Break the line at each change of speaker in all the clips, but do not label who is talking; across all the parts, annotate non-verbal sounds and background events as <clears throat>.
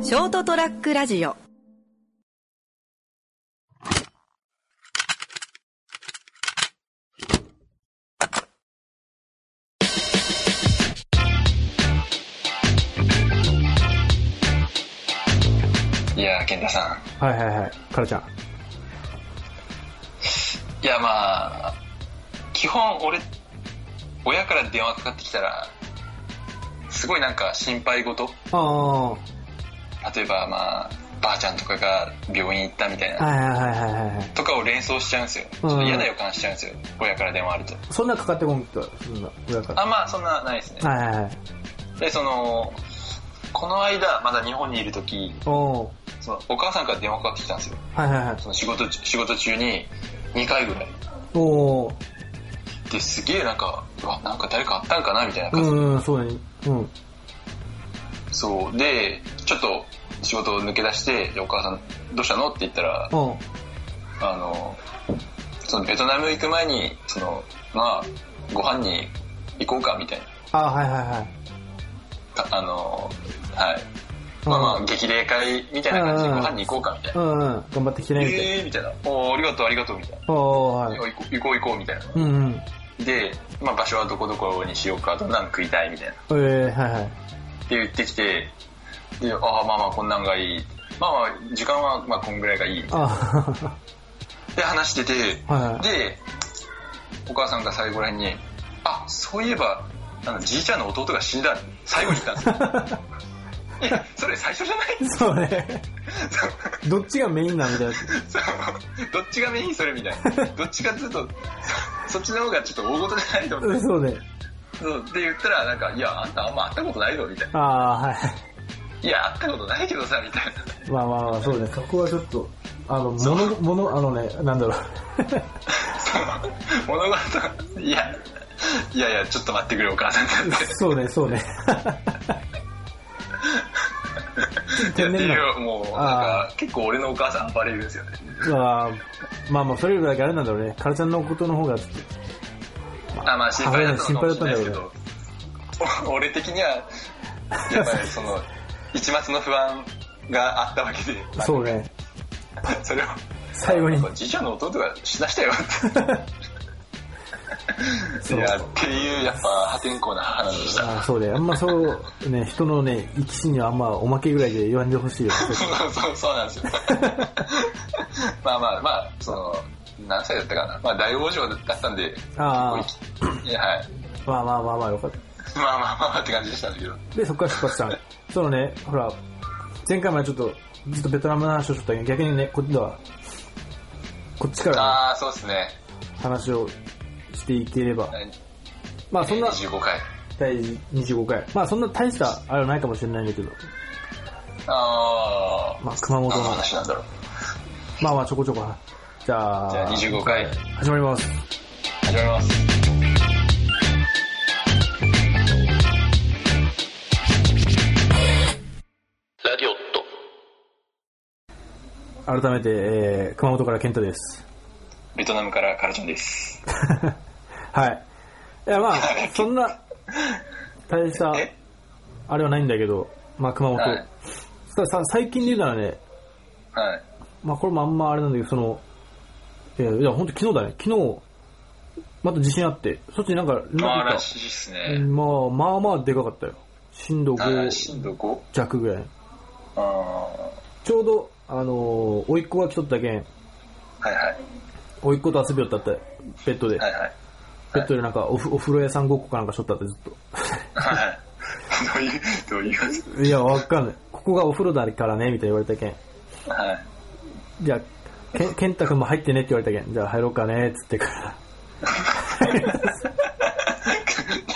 ショートトラックラジオ
いやー、健太さ
はいはいはい。カラちゃん。
ん。いや、まあ、基本俺、親から電話かかってきたら、すごいなんか心配事
ああ。は
例えば、まあ、ばあちゃんとかが病院行ったみたい
い
な、
はいはいはいはい。
とかを連想しちゃうんですよ。ちょっと嫌な予感しちゃうんですよ。親から電話あると。
そんなかかってこんと、そんな、上から。
あ、まあ、そんなないですね。
はいはいはい。
で、その、この間、まだ日本にいる時
おお
そのお母さんから電話かかってきたんですよ。
ー。はいはいはい。
その仕事中、仕事中に2回ぐらい。
おお。
で、すげえなんか、うわ、なんか誰かあったんかなみたいな
う
感じで
んうん、そうだね。うん。
そう。で、ちょっと仕事を抜け出して、お母さんどうしたのって言ったら、
おう
あの、そのベトナム行く前に、その、まあ、ご飯に行こうかみたいな。
あはいはいはい。
たあの、はい。まあまあ、激励会みたいな感じで
う
ご
んうん
飯に行こうかみたいな。
うんうん。頑張ってきてね、みたい
えーみたいな。おーありがとう、ありがとう、みたいな。
な。おおはい。
行こう行こう、行こう、みたいな。
うんうん。
で、まあ、場所はどこどこにしようか、どんなの食いたい、みたいな。
えー、はいはい。
って言ってきて、で、ああ、まあまあ、こんなんがいい。まあまあ、時間は、まあ、こんぐらいがいい。
あ
で、話してて、
はいはい。
で、お母さんが最後らへんに、あ、そういえば、あの、じいちゃんの弟が死んだ、最後に言ったん
<laughs>
ですよ。え、それ最初じゃない <laughs>
そうね。 <laughs> どっちがメインなんみたいな。
そうどっちがメインそれみたいな。どっちかっていうと、そそっちの方がちょっと大事じゃないと思
う
っ
ん
て。
そうね。
そうって言ったら、なんか、いや、あんたあんま会ったことないぞ、みたいな。
ああはい。
いや、会ったことないけどさ、みたいな。 <laughs>
まあまあまあ、そうね。そこはちょっと、あの、も
そう
の、もの、あのね、なんだろう。
物事、いや、いやいや、ちょっと待ってくれ、お母さんだって。
<laughs> そうね、そうね。
いやっ
<laughs> 天然
て
な
いう、もう、なん
あ
か、結構俺のお母さん暴れるんですよね。
まあ、まあまあ、それよりだけあれなんだろうね。カルちゃんのことの方が、ちょっと
あ、まあ心配だったのかもしれないですけど、お俺的には、やっぱりそ
<laughs>
の、一抹の不安があったわけで、
そうね。
それを、
最後に
なんかじいちゃんの弟が死なした
<laughs>
よって。
そう
いや、っていう、やっぱ破天荒な母なんでした。
あそうね。あんまそう、ね、人のね、生き死にはあんまおまけぐらいで言わんでほしいよ。
そうそう、そうなんですよ。 <laughs> まあまあまあ、その、何歳だったかな。まあ大往生だったんで、
ああ、
いやはい。
<laughs> まあまあまあまあ、よかった。
まあまあまあまあって感じでしたんだけど。
で、そこから出発したのそのね、ほら、前回までちょっと、ずっとベトナムの話をしとったけど、逆にね、こっちは、こっちから、ね、
ああ、そうですね。
話をしていければ。
はい
まあそんな、
25回。
第25回。まあそんな大した、あれはないかもしれないんだけど、
ああ。
まあ熊本
何の
の、
話なんだろう。
まあまあちょこちょこな。じゃあ、
じゃあ25回
始まります。
始まります。ラディオット。
改めて、えー、熊本から健太です。
ベトナムからカラちゃんです。
はい。いや、まあ、そんな、大した、
え
あれはないんだけど、まあ、熊本。
はい
たださ、最近で言うならね、
はい。
まあ、これもあんまあれなんだけど、その、いや、いや本当昨日だね。昨日、また地震あって、そっちになんか連
まあ、
絡
ら
来
しいっす
た。
ね。
まあ、まあまあでかかったよ。震度
はい、
5
震度 5?
弱ぐらい。
ああ。は
ちょうど、あのー、甥っ子が来とったけん、
いはい。
甥っ子と遊びよったって、ベッドで。
はいはい。
ベッドでなんかおふ、お風呂屋さんごっこかなんかしとったって、ずっと。
はい。どういう、どういうやつ
いや、わかんない。ここがお風呂だからね、みたいな言われたけん。
はい。 <laughs>
じゃあ、けん、健太くんも入ってねって言われたけん。じゃあ入ろうかね、つってから。 <laughs>
な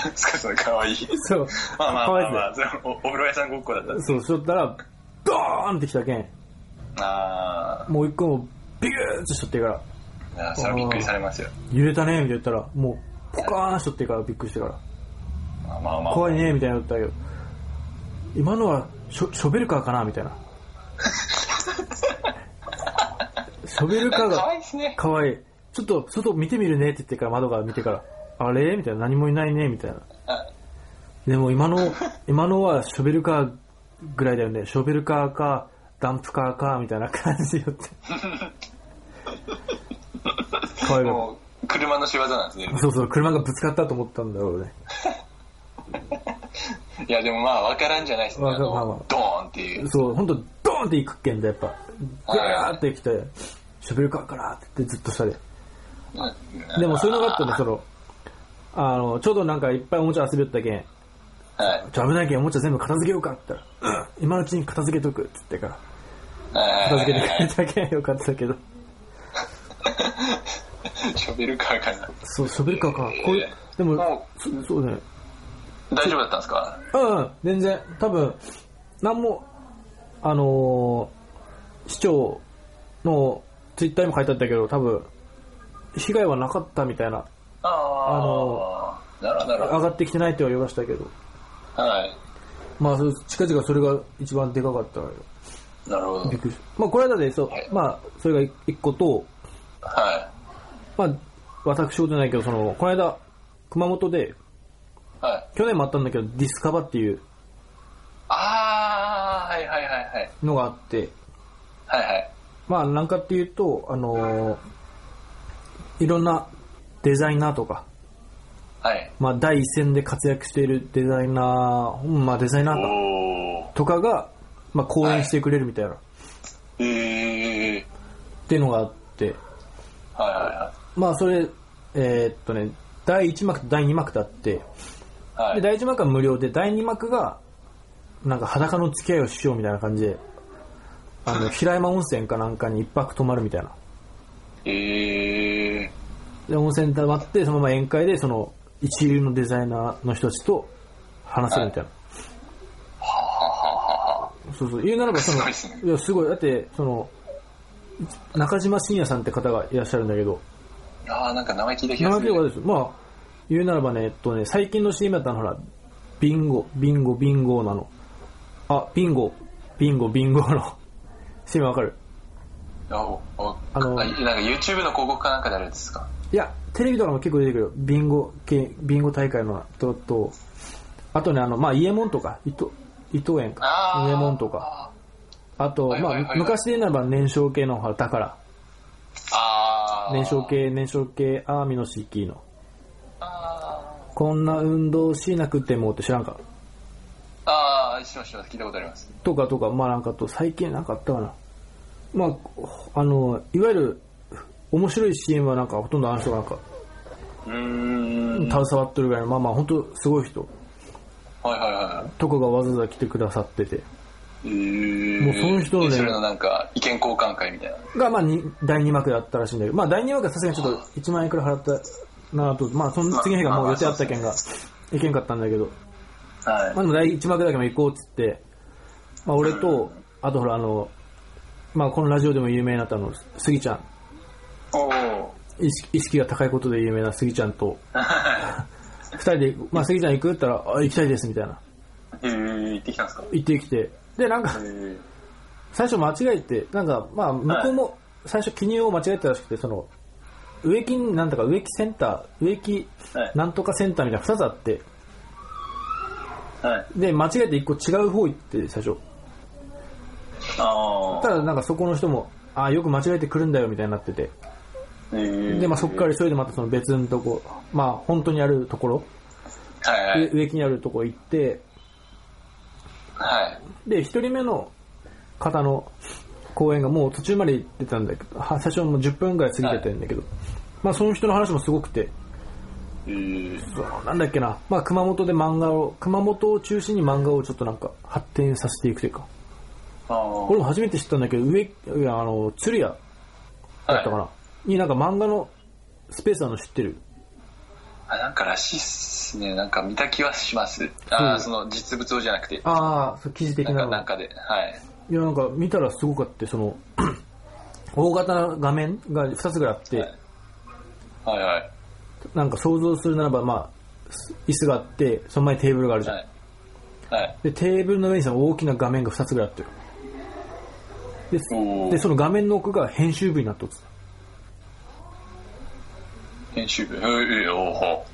んですか、その可愛い。
そう。
まあまあ
か
ま
わ
あ
い
まあ、それおお風呂屋さんごっこだったんです。
そう、しとったら、ドーンって来たけん。
あ
もう一個もビューってしとってから、
あ。いや、それはびっくりされますよ。
揺れたね、みたいな言ったら、もう、ポカーンしとってからびっくりしてから、
まあまあまあ。
怖いね、みたいな言ったけど、今のはショ、ショベルカーかな、みた
<laughs>
いな。ショベルカー
可
が
愛いですね。
かわいい。ちょっと外見てみるねって言ってから窓から見てから、あれみたいな、何もいないねみたいな。
あ
でも今の、今のはショベルカーぐらいだよね。ショベルカーか、ダンプカーか、みたいな感じよって。
かわいもう、車の仕業なんですね。
そうそう、車がぶつかったと思ったんだろうね。
いや、でもまあ、わからんじゃないですね。まあまあ、ドーンっていう。
そう、本当ドーンっていくけんだ、やっぱ。ぐらーってきて、ショベルカーからってってずっと下で。でもそういうのがあったね、その、あの、ちょうどなんかいっぱいおもちゃ遊びよったけん、
はい、
じゃあ危ないけんおもちゃ全部片付けようかって言ったら、うん、今のうちに片付けとくって言ってから、片付けてくれたけんよかったけど。
ショベルカーかな。
そう、ショベルカーか。こういう、でも、もうそうね。
大丈夫だったんですか
うん、全然。多分、なんも、あのー、市長のツイッターにも書いてあったけど、多分、被害はなかったみたいな。
ああのー、
上がってきてないっては言いましたけど。
はい。
まあ、近々それが一番でかかった
なるほど。びっくり
まあ、この間で、そう、はい、まあ、それが一個と、。
はい
まあ、私事じゃないけど、その、この間、熊本で、
はい。
去年もあったんだけど、ディスカバっていう。
ああ、はいはいはいはい。
のがあって。
はいはい。
まあ、なんかっていうと、あのー、いろんなデザイナーとか、
はい。、
まあ、第一線で活躍しているデザイナー、まあ、デザイナーか、とかが、まあ、講演してくれるみたいな。はい
ええー、
っていうのがあって、
はいはいはい。
まあ、それ、えー、っとね、第1幕と第2幕とあって、
はい、
で第1幕は無料で、第2幕が、なんか裸の付き合いをしようみたいな感じで、あ
<laughs>
の、平山温泉かなんかに一泊泊まるみたいな。
ええ
ー。で、温泉泊まって、そのまま宴会で、その、一流のデザイナーの人たちと話せるみたいな。
はははは
そうそう。言うならば、その、
す
ごい,、すごい。だって、その、中島信也さんって方がいらっしゃるんだけど。
ああ、なんか名前聞いた気が
する、ね。名前聞いたです。まあ、言うならばね、えっとね、最近の CM だったのほら、ビンゴ、ビンゴ、ビンゴなの。あ、ビンゴ、ビンゴ、ビンゴの CM わかる
あ、おあの、なんか YouTube の広告かなんかであるんですか
いや、テレビとかも結構出てくるよ。ビンゴ系、ビンゴ大会のと、と、あとね、あの、まあ、イエモンとか、伊藤、伊藤園か、イエモンとか。あと、まあ、昔で言うならば燃焼系の、ほら、だから。
あ
燃焼系、燃焼系、アーミのシッキーの。こんな運動しなくてもって知らんか
ああ、しました、聞いたことあります。
とかとか、まあなんかと、最近なんかあったかな。まあ、あの、いわゆる、面白い CM はなんかほとんどあの人がなんか、
うん。
携わってるぐらいの、まあまあ本当すごい人。
はいはいはい。
とかがわざわざ来てくださってて。
えー、
もうその人のね。
それのなんか、意見交換会みたい
な。が、まあに、第2幕だったらしいんだけど、まあ第2幕はさすがにちょっと1万円くらい払ったなと、まあその次の日がもう予定あったけんが、行けんかったんだけど。
はい。
まあでも第1幕だけも行こうっつって、まあ俺と、あとほらあの、まあこのラジオでも有名になったの、スギちゃん。
お
意識意識が高いことで有名なスギちゃんと、二人で、まあ、スギちゃん行くって言ったら、あ、行きたいです、みたいな。
えー、行ってきたんですか
行ってきて。で、なんか、最初間違えて、なんか、まあ、向こうも、最初記入を間違えたらしくて、その、植木、なんとか植木センター、植木、なんとかセンターみたいな二つあって、
はい。
で、間違えて一個違う方行って、最初。
あ
ただ、なんかそこの人も、あ、よく間違えてくるんだよ、みたいになってて。で、まあ、そこから急いでまたその別のとこ、まあ、本当にあるところ、
はい、はい、
植木にあるとこ行って、、
はい
で、1人目の方の公演がもう途中まで行ってたんだけど、最初もう10分ぐらい過ぎてたんだけど、はい、まあ、その人の話もすごくて、そうなんだっけな、まあ、熊本で漫画を、熊本を中心に漫画をちょっとなんか発展させていくというか、俺も初めて知ったんだけど、上、あの、鶴屋だったかな。はいになんか漫画のスペースあの知ってる
あなんからしいっすねなんか見た気はしますああその実物をじゃなくて
ああ記事的な
のなんかではい
いやなんか見たらすごかったその <clears throat> 大型な画面が2つぐらいあって、はい、
はいはい
なんか想像するならばまあ椅子があってその前にテーブルがあるじゃん、はい、
はい、
でテーブルの上にその大きな画面が2つぐらいあってででその画面の奥が編集部になっておってた
編集部。ええ、おほ。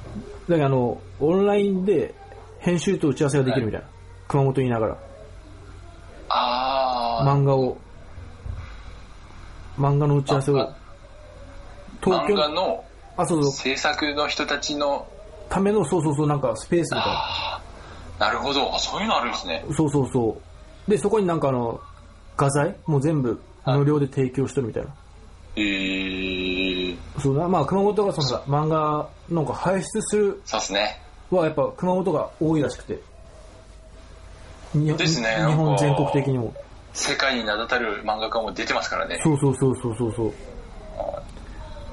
だからあの、オンラインで編集と打ち合わせができるみたいな。はい、熊本にいながら。漫画を、漫画の打ち合わせを、
漫画の
あ、そうそう、
制作の人たちの、
ための、そうそうそう、なんかスペースみたいな。
あーなるほど。あ、そういうのあるんですね。
そうそうそう。で、そこになんかあの、画材もう全部無料で提供してるみたいな。
えー、
そうな、まあ熊本がそのさ、漫画なんか排出する
そうですね。
はやっぱ熊本が多いらしくて。に
ですね
日本全国的にも。
世界に名だたる漫画家も出てますからね。
そうそうそうそうそうそ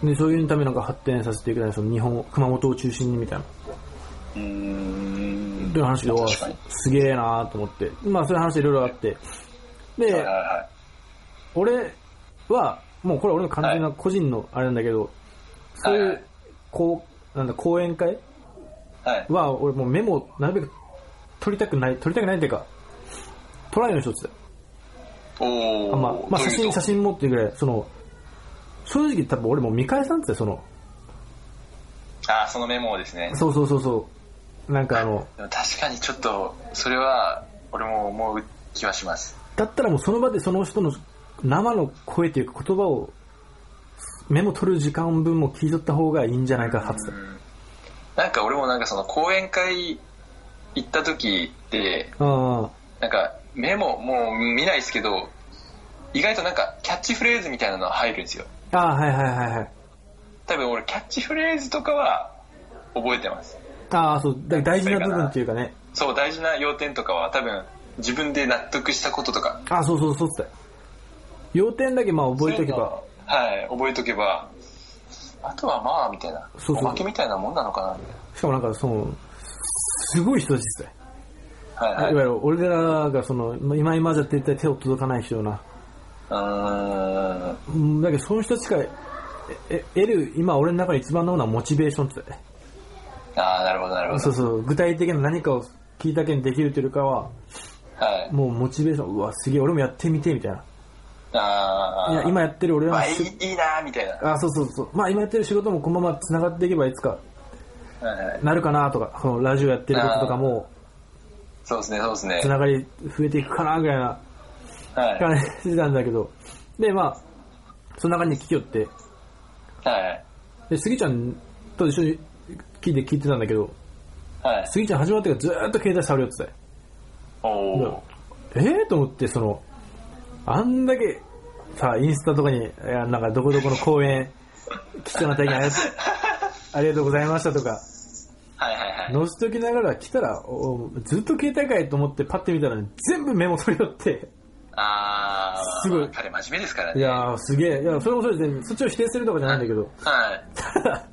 う。で、そういうためなんか発展させていきたい、その日本、熊本を中心にみたいな。
うーん。
っていう話で、わあ
確かに。
すげえなーと思って。まあそういう話いろいろあって。
はい
で
はい、は
俺は、もうこれ俺の完全な個人のあれなんだけど、そうい
はいは
う
い、
こう、なんだ、講演会
い。はい。
は、俺もうメモをなるべく取りたくない、取りたくないっていうか、トライの一つだよ。
おー。
あまあ、まあ、写真、写
真。
真持ってるぐらい、その、正直多分俺もう見返さんっつって、その、
あー、そのメモをですね。
そうそうそうそう、なんかあの、
でも確かにちょっと、それは、俺も思う気はします。
だったらもうその場でその人の生の声というか言葉を、メモ取る時間分も聞いとった方がいいんじゃないかはずだ。
なんか俺もなんかその講演会行った時って、
あ
なんかメモもう見ないですけど、意外となんかキャッチフレーズみたいなのは入るんですよ。
あ、ああ、はいはいはいはい。
多分俺キャッチフレーズとかは覚えてます。
ああ、そう、だ大事な部分っていうかね。
そう、大事な要点とかは多分自分で納得したこととか。
ああ、そうそうそうって。要点だけまあ覚えとけ
そ
ば、
ういうの。はい、覚えとけば。あとはまあ、みたいな。
そうそう
おまけみたいなもんなのかな、み
しかもなんかその、すごい人実際。
たいな。はいいは
わ
い。
ゆる俺らがその、まあ今今じゃ絶対手を届かない人よな。
うーん。
うん、だけどそういう人しか、え、え得る、今俺の中で一番のものはモチベーションって言って
ああ、なるほど、なるほ
そう
ど。
そう、具体的な何かを聞いたけんできるというよりかは、
はい。
もうモチベーション、うわ、すげえ、俺もやってみて、みたいな。
ああ。
いや、今やってる俺ら
ま
の
あ、い
し、
いいいなーみたいな。
あ、そうそうそう。まあ今やってる仕事もこのまま繋がっていけばいつか
はいはい
なるかなとか、このラジオやってることとかも、
そうですね、そうですね
つ。ながり増えていくかなぐらいな
はい。
感じなんだけど。で、まあ、そんな感じで聞きよって。
はい。
で、スギちゃんと一緒に聞いて聞いてたんだけど、
はい。
スギちゃん始まってからずーっと携帯触りよって
お
た
お
よ。えー、と思って、その、あんだけ、さ、インスタとかに、いやなんかどこどこの公園、貴重な体験ありがとうありがとうございましたとか、
はいはいはい。
載せときながら来たら、おずっと携帯かいと思ってパッて見たら、全部メモ取りよって。
ああ。
すごい
彼真面目ですから
い
ね。
やー、すげえ。いや、それもそれで、そっちを否定するとかじゃないんだけど、
はい。
ただ、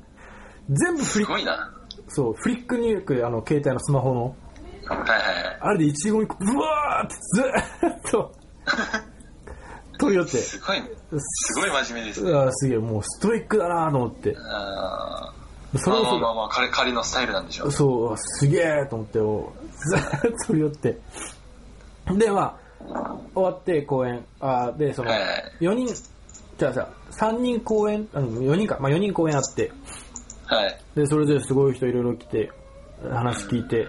全部フ
す
リック、
ごいな。
そう、フリック入力、あの、携帯のスマホの、
はいはいはい。
あれで一言一句、うわーってずーっと、 <laughs> 取り寄って、
すごい、すごい真面目です
う。わーすげえ、もうストイックだなーと思って、
あー
それ
まあまあ
も
まあ
そ
まあ、彼、彼のスタイルなんでしょう
う、。そううわ、すげえと思って、もうずーっと取り寄って。で、まあ、終わって公演、あーで、その
はいはい、
4人、じゃあさ、3人公演、あの4人か、まあ4人公演あって、
はい。
で、それぞれすごい人いろいろ来て、話聞いて、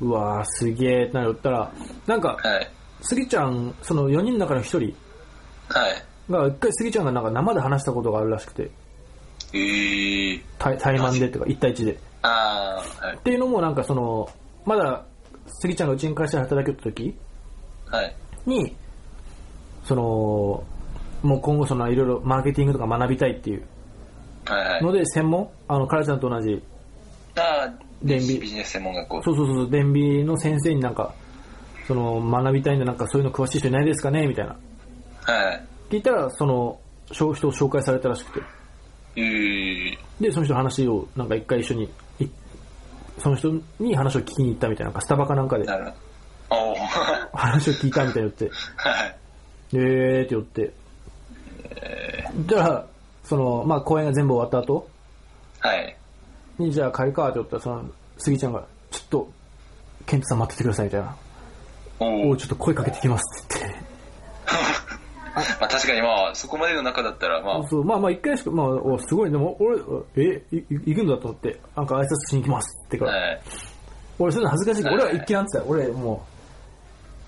うわーすげーってなるったら、なんか、
はい。
スギちゃん、その4人の中の1人
はい。
が、一回スギちゃんがなんか生で話したことがあるらしくて、
えー。
対対マンでとか、1対1で。っ
ああ、はい。
ていうのもなんかその、まだ、スギちゃんがうちに会社で働きよった時
はい。
に、その、もう今後そのいろいろマーケティングとか学びたいっていう
はいは
の
い。
で、専門あの、カラちゃんと同じ、
あー
電美
ビジネス専門学校。
そうそうそうそう、電美の先生になんか、その、学びたいんで、なんかそういうの詳しい人いないですかねみたいな。
はい。
聞いたら、その、しょ人を紹介されたらしくて。
えー。
で、その人の話を、なんか一回一緒に、いその人に話を聞きに行ったみたいな、なんかスタバかなんかで
なるほど。おー。 <laughs>
話を聞いたみたいに言って、
はい。
えーって言って。じゃあ、その、まあ公演が全部終わった後
はい。
に、じゃあ帰るかって言ったら、その、杉ちゃんが、ちょっと、ケントさん待っててくださいみたいな。
お
お
お
う。ちょっと声かけてきますって言って。
まあ確かにまあ、そこまでの中だったら、まあ、
そう、まあまあ一回しか、まあ、おすごい、でも俺、え、いい行くんだと思って、なんか挨拶しに行きますってから、
はい。
俺そういうの恥ずかしいから、
はい
俺は一気なんつったよ。俺もう、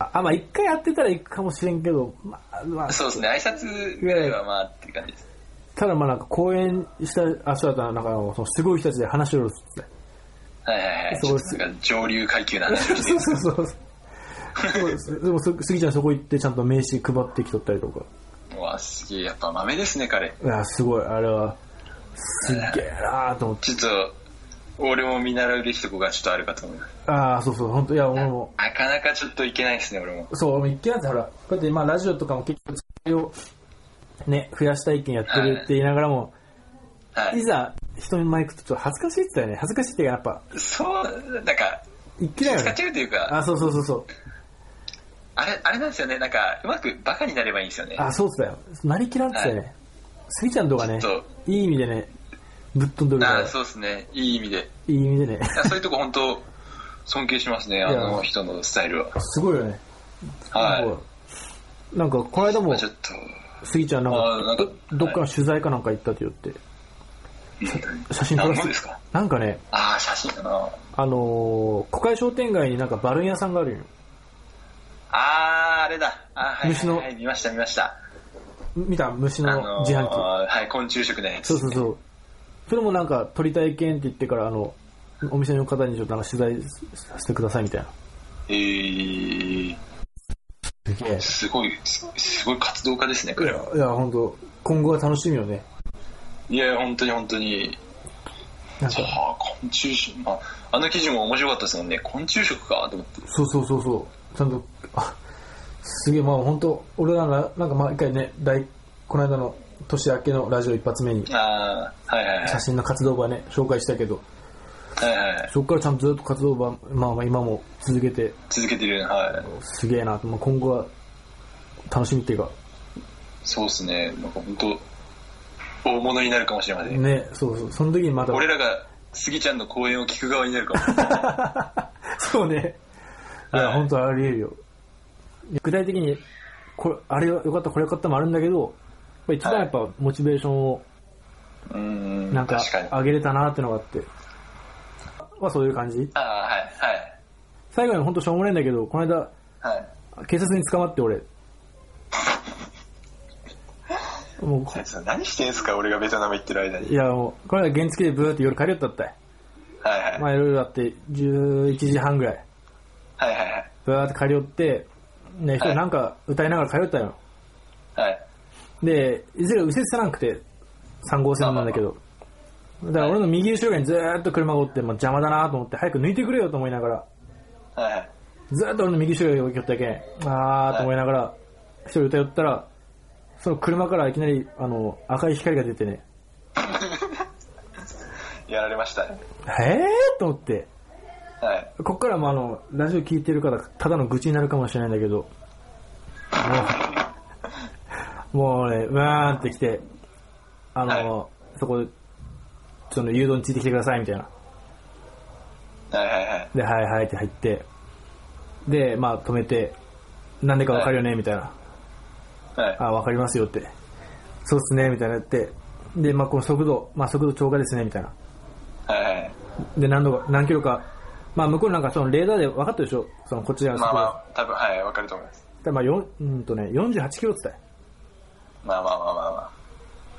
あ、あまあ一回やってたら行くかもしれんけど、まあ、まあ、
そうですね、挨拶ぐらいはまあって感じです。
ただまあなんか講演した足だったらなんかそのすごい人たちで話をるっ
<laughs>
つって。
はいはいはい。
そ
ちょ
うで
っ
す
となんか上流階級な話をして
そうそうそうそう。そうでも、す杉ちゃんそこ行ってちゃんと名刺配ってきとったりとか。
うわ、すげえ、やっぱ豆ですね、彼。
いや、すごい、あれは、すっげえなーと思って。
ちょっと、俺も見習うべきとこがちょっとあるかと思います。
ああ、そうそう、本当いや、俺も、
なかなかちょっといけないですね、俺も。
そう、俺も一見やつほら、こうやってまあラジオとかも結局、それを、ね、増やしたい意見やってるって言いながらも、、
はいい。
ざ人にマイクとちょっと恥ずかしいって言ったよね。恥ずかしいっていうか、やっぱ、
そう、なんか、
一気だよ
使っ
ね
ち。ゃうというか、
あ、そうそうそうそう。
あれ、あれなんですよね、なんか、うまくバカになればいいんですよね。
あ、そうっすよ。なりきらんっつったよ
は
ね。杉ちゃんとかね
ちょっ、
いい意味でね、ぶっ飛んでるから
あ、そうですね、いい意味で。
いい意味でね。
いやそういうとこ本当、尊敬しますね、あの人のスタイルは。
すごいよね。
は
なんか、この間
い。ま
も
あ、ちょっと、
杉ちゃんなん
あーなんか
か、どどっかの取材かなんか行ったって言って、写真撮ら
何
せ
ので
て
すか。
なんかね、
ああ、写真かな。
あのー、古海商店街になんかバルーン屋さんがあるんよ。
あー、あれだ。あーはいはい
虫の
はい、見ました、見ました。
見た虫
あ
の
の
自
ー、
販機。
はい、昆虫食のやつ。
そうそうそう。それもなんか、撮りたい件って言ってから、あの、お店の方にちょっとなんか取材させてくださいみたいな。
えー、
すげえ。
すごい、すすごい活動家ですね、
い
彼は。
や、いや本当今後は楽しみよね。
いや、本当に本当に。
なん
そう
か、、
昆虫食、まあ、あの記事も面白かったですもんね。昆虫食か、と思って。
そうそうそうそう。ちゃんと、あ、すげえ、まあ本当俺らなら、なんか毎回ね、大、この間の年明けのラジオ一発目に
あー、はいはいはい
写。真の活動場ね、紹介したけど、
はいはい。
そこからちゃんとずっと活動場、まあまあ今も続けて、
続けてる、はい。
すげえなと、まあ今後は楽しみっていうか、
そうですね。なんか本当、大物になるかもしれません。
ね、そうそう、その時にまた、
俺らが、杉ちゃんの講演を聞く側になるかもしれない。
<laughs> そうね。いや、
はい
本当あり得るよ。具体的に、これ、あれよかった、これよかったもあるんだけど、やっぱ一番やっぱモチベーションを
うーん、
なんか
確かに。あ
上げれたなってのがあって。まあそういう感じ。
あ、はい、
最後に本当しょうもないんだけど、この間、
はい。はい。
警察に捕まって俺。もうこ、
さ何してんすか俺がベトナム行ってる間
い
に。
やもう、この間原付でブーって夜帰りよったったい。
はいはい。
まあいろいろあって、11時半ぐらい。
はいはいはい。
ブーって帰りよって、ね、一
は
人
い
なんか歌いながら帰りよったよ。
はい。
で、いずれ右折せなくて、3号線なんだけど。だから俺の右後ろ側にずーっと車がおって、まあ、邪魔だなと思って、早く抜いてくれよと思いながら、
はいはい。
ずーっと俺の右後ろに寄ったけん、あーと思いながら、一人歌寄ったら、その車からいきなり、あの、赤い光が出てね、
やられました。はい。
えーと思って、こっからもうあの、ラジオ聞いてるから、ただの愚痴になるかもしれないんだけど、もう、もうね、うわーんって来て、あの、そこで、その誘導についてきてください、みたいな。
はいはいはい。
で、はいはいって入って、で、まあ止めて、なんでかわかるよね、みたいな。
はい。
あ、わかりますよって。そうっすね、みたいなやって。で、まあ、この速度、まあ、速度超過ですね、みたいな。
はいはい。
で、何度か、何キロか。まあ、向こうなんかそのレーダーで分かったでしょその、こっちらの
まあ
速
ま
度
あ、多分、はい、わかると思います。
で。まあ、よん、うんとね、48キロって言っ
まあまあまあまあま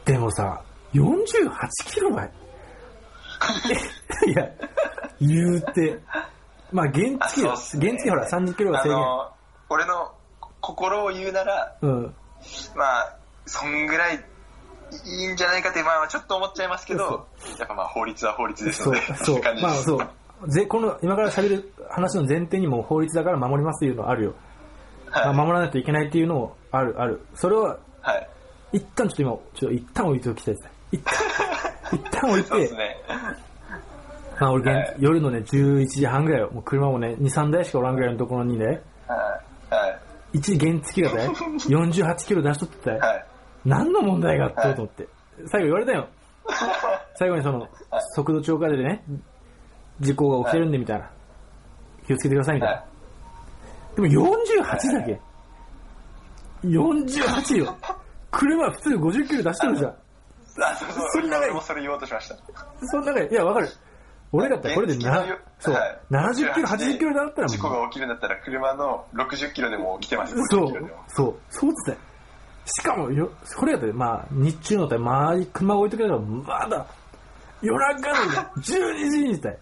たよでもさ、48キロ
<laughs>
前いや、言うて。まあ、原
あ。あ、
付よ、
そうっすね
原付ほら30キロが
あ
制限。
の、俺の心を言うなら、
うん。
まあ、そんぐらいいいんじゃないかって、まあ、ちょっと思っちゃいますけど、やっぱまあ、法律は法律です
そ
の
う
で、、
そ
って
う
感、じで
まあ
す。
そう。ぜこの今から喋る話の前提にも法律だから守りますっていうのはあるよ。
はい
まあ、守らないといけないっていうのもある、ある。それは、
はい。
一旦ちょっと今、ちょっと一旦置いておきたいですね。
<laughs>
一旦、一旦置い
そうです
て、
ね。
まあ俺、
は
現
い
夜のね、11時半ぐらいよ。もう車もね、2、3台しかおらんぐらいのところにね、
はい。はい。
1原付が
<laughs>
ね、48キロ出しとってたよ。
はい。
何の問題があったと思って。最後言われたよ。最後にその、速度超過でね、事故が起きてるんでみたいな。気をつけてくださいみたい
はい
な。でも48だけ。48よ。車普通50キロ出してるじゃん。
あ、そうそう。
そんな
俺もそれ言おうとしました。
その中で、いや、わかる。俺だったらこれでな、そう、70キロ、80キロだったら
事故が起きるんだったら車の60キロでも起きてます。
そう、そう、そうつって。しかもよ、これやったら、まあ、日中のって、まあ、車置いてくれたら、まだ、夜中のね、12時にたい。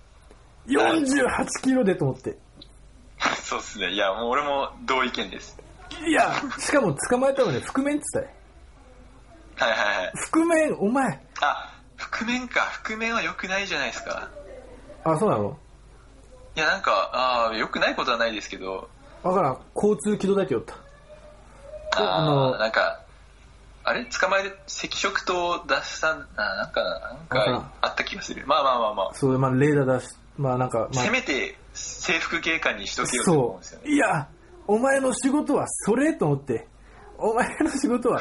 48キロでと思って。
そうっすね。いや、もう俺も同意見です。
いや、しかも捕まえたのね、覆面っつった
よ。はいはいはい。
覆面、お前。
あ、覆面か。覆面は良くないじゃないですか。
あ、そうなの
いや、なんか、ああ、良くないことはないですけど。
わからん。交通機動だけよった。
ああの、なんか、あれ捕まえて、赤色灯出したんだ、なんか、なんか、あった気がする。まあまあまあまあ。
そう、まあ、レーダー出し、まあなんか、まあ、
せめて、制服警官にしとけよと思うんですよね。
いや、お前の仕事はそれと思って、お前の仕事は、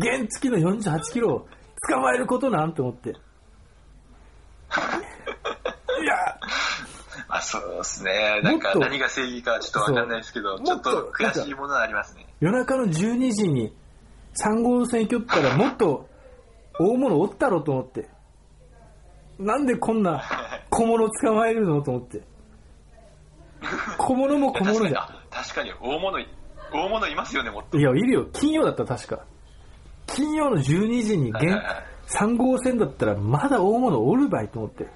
原付の48キロを捕まえることなんと思って。いや、
まあそうですね。なんか何が正義かちょっとわかんないですけど、ちょっと悔しいものはありますね。
夜中の12時に3号線行きったらもっと大物おったろと思って。なんでこんな小物捕まえるのと思って。小物も小物じゃん。
<laughs> 確かに、大物、大物いますよね、もっと。
いや、いるよ。金曜だった確か。金曜の12時に現、3号線だったらまだ大物おるばいと思って。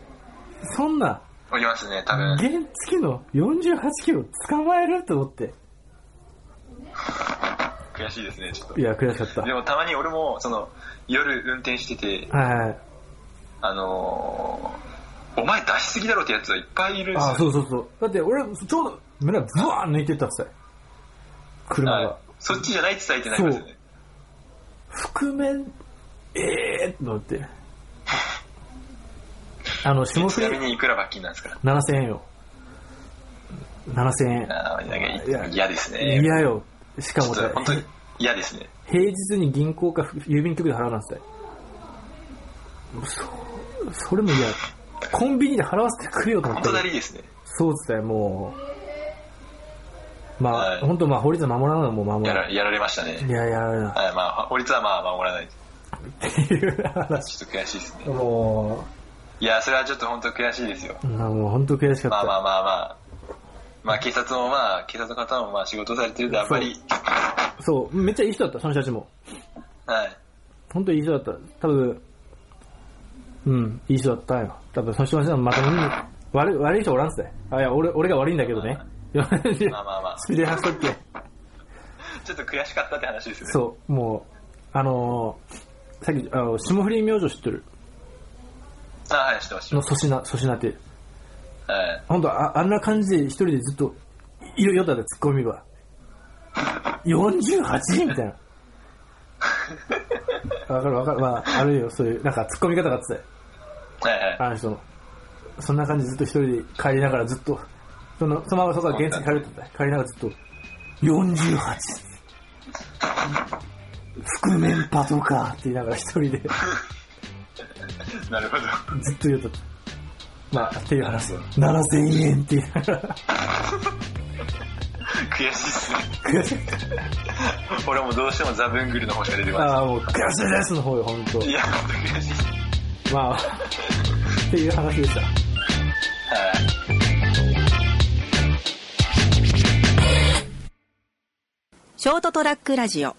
そんな、
おりますね、多分。
原付の48キロ捕まえると思って。
悔しいですね、ちょっと。
いや、悔しかった。
でもたまに俺も、その、夜運転してて、
はい。
あのー、お前出しすぎだろってやつはいっぱいいるんです
よ。あ、そうそうそう。だって俺、ちょうど、胸ブワー抜いてったっすよ。車が。
そっちじゃないって伝えてないですよね。
覆面、ええー、と思って。あの、
下振ちなみにいくら罰金なんですか
?7000 円よ。7000円。
ああ、嫌ですね。
嫌よ。しかも
さ、本当に嫌ですね。
平日に銀行か郵便局で払うなんて。そ、それも嫌。コンビニで払わせてくれよと思って。
本当だりですね。
そうっつったよ、もう。まあ、はい、本当まあ法律は守らないのも守
らない。やられましたね。
いや、やられない。
はい、まあ法律はまあ守らない。
っていう話。
ちょっと悔しいですね。
もう。
いや、それはちょっと本当悔しいですよ。
なもう本当悔しかった。
まあまあまあまあ。まあ警察もまあ、警察の方もまあ仕事されてるんで、あんまり
そ。そう、めっちゃいい人だった、その人たちも。
はい。
本当にいい人だった。多分、うん、いい人だったよ。多分、その人たちはまともに、悪い、悪い人おらんすね。あ、いや、俺、俺が悪いんだけどね。
まあまあまあ、まあ。
スピード走っとっけ。
ちょっと悔しかったって話ですね。
そう、もう、あのー、さっき、あの、霜降り明星知ってる。
あはい、知ってました。
の粗品、粗品って。
はい。
本当ああんな感じで一人でずっと、いよ、よたで突っ込みは。48人みたいな。わかるわかる。まあ、あるよ、そういう、なんか突っ込み方があって
たはいはい。
あの人の。そんな感じでずっと一人で帰りながらずっと、その、そのままそこは現地に帰るって帰りながらずっと、48覆面パトカーって言いながら一人で。
なるほど。
ずっと言うと。まあ、っていう話。7000円って言いながら。
悔しいっすね。
悔しい。
俺もどうしてもザブングルの方しか出てこない。
ああ、もう悔しいですの方よ、本当。
いや、本当悔し。
い。まあ、っていう話でした。はい
Uh,
ショートトラックラジオ。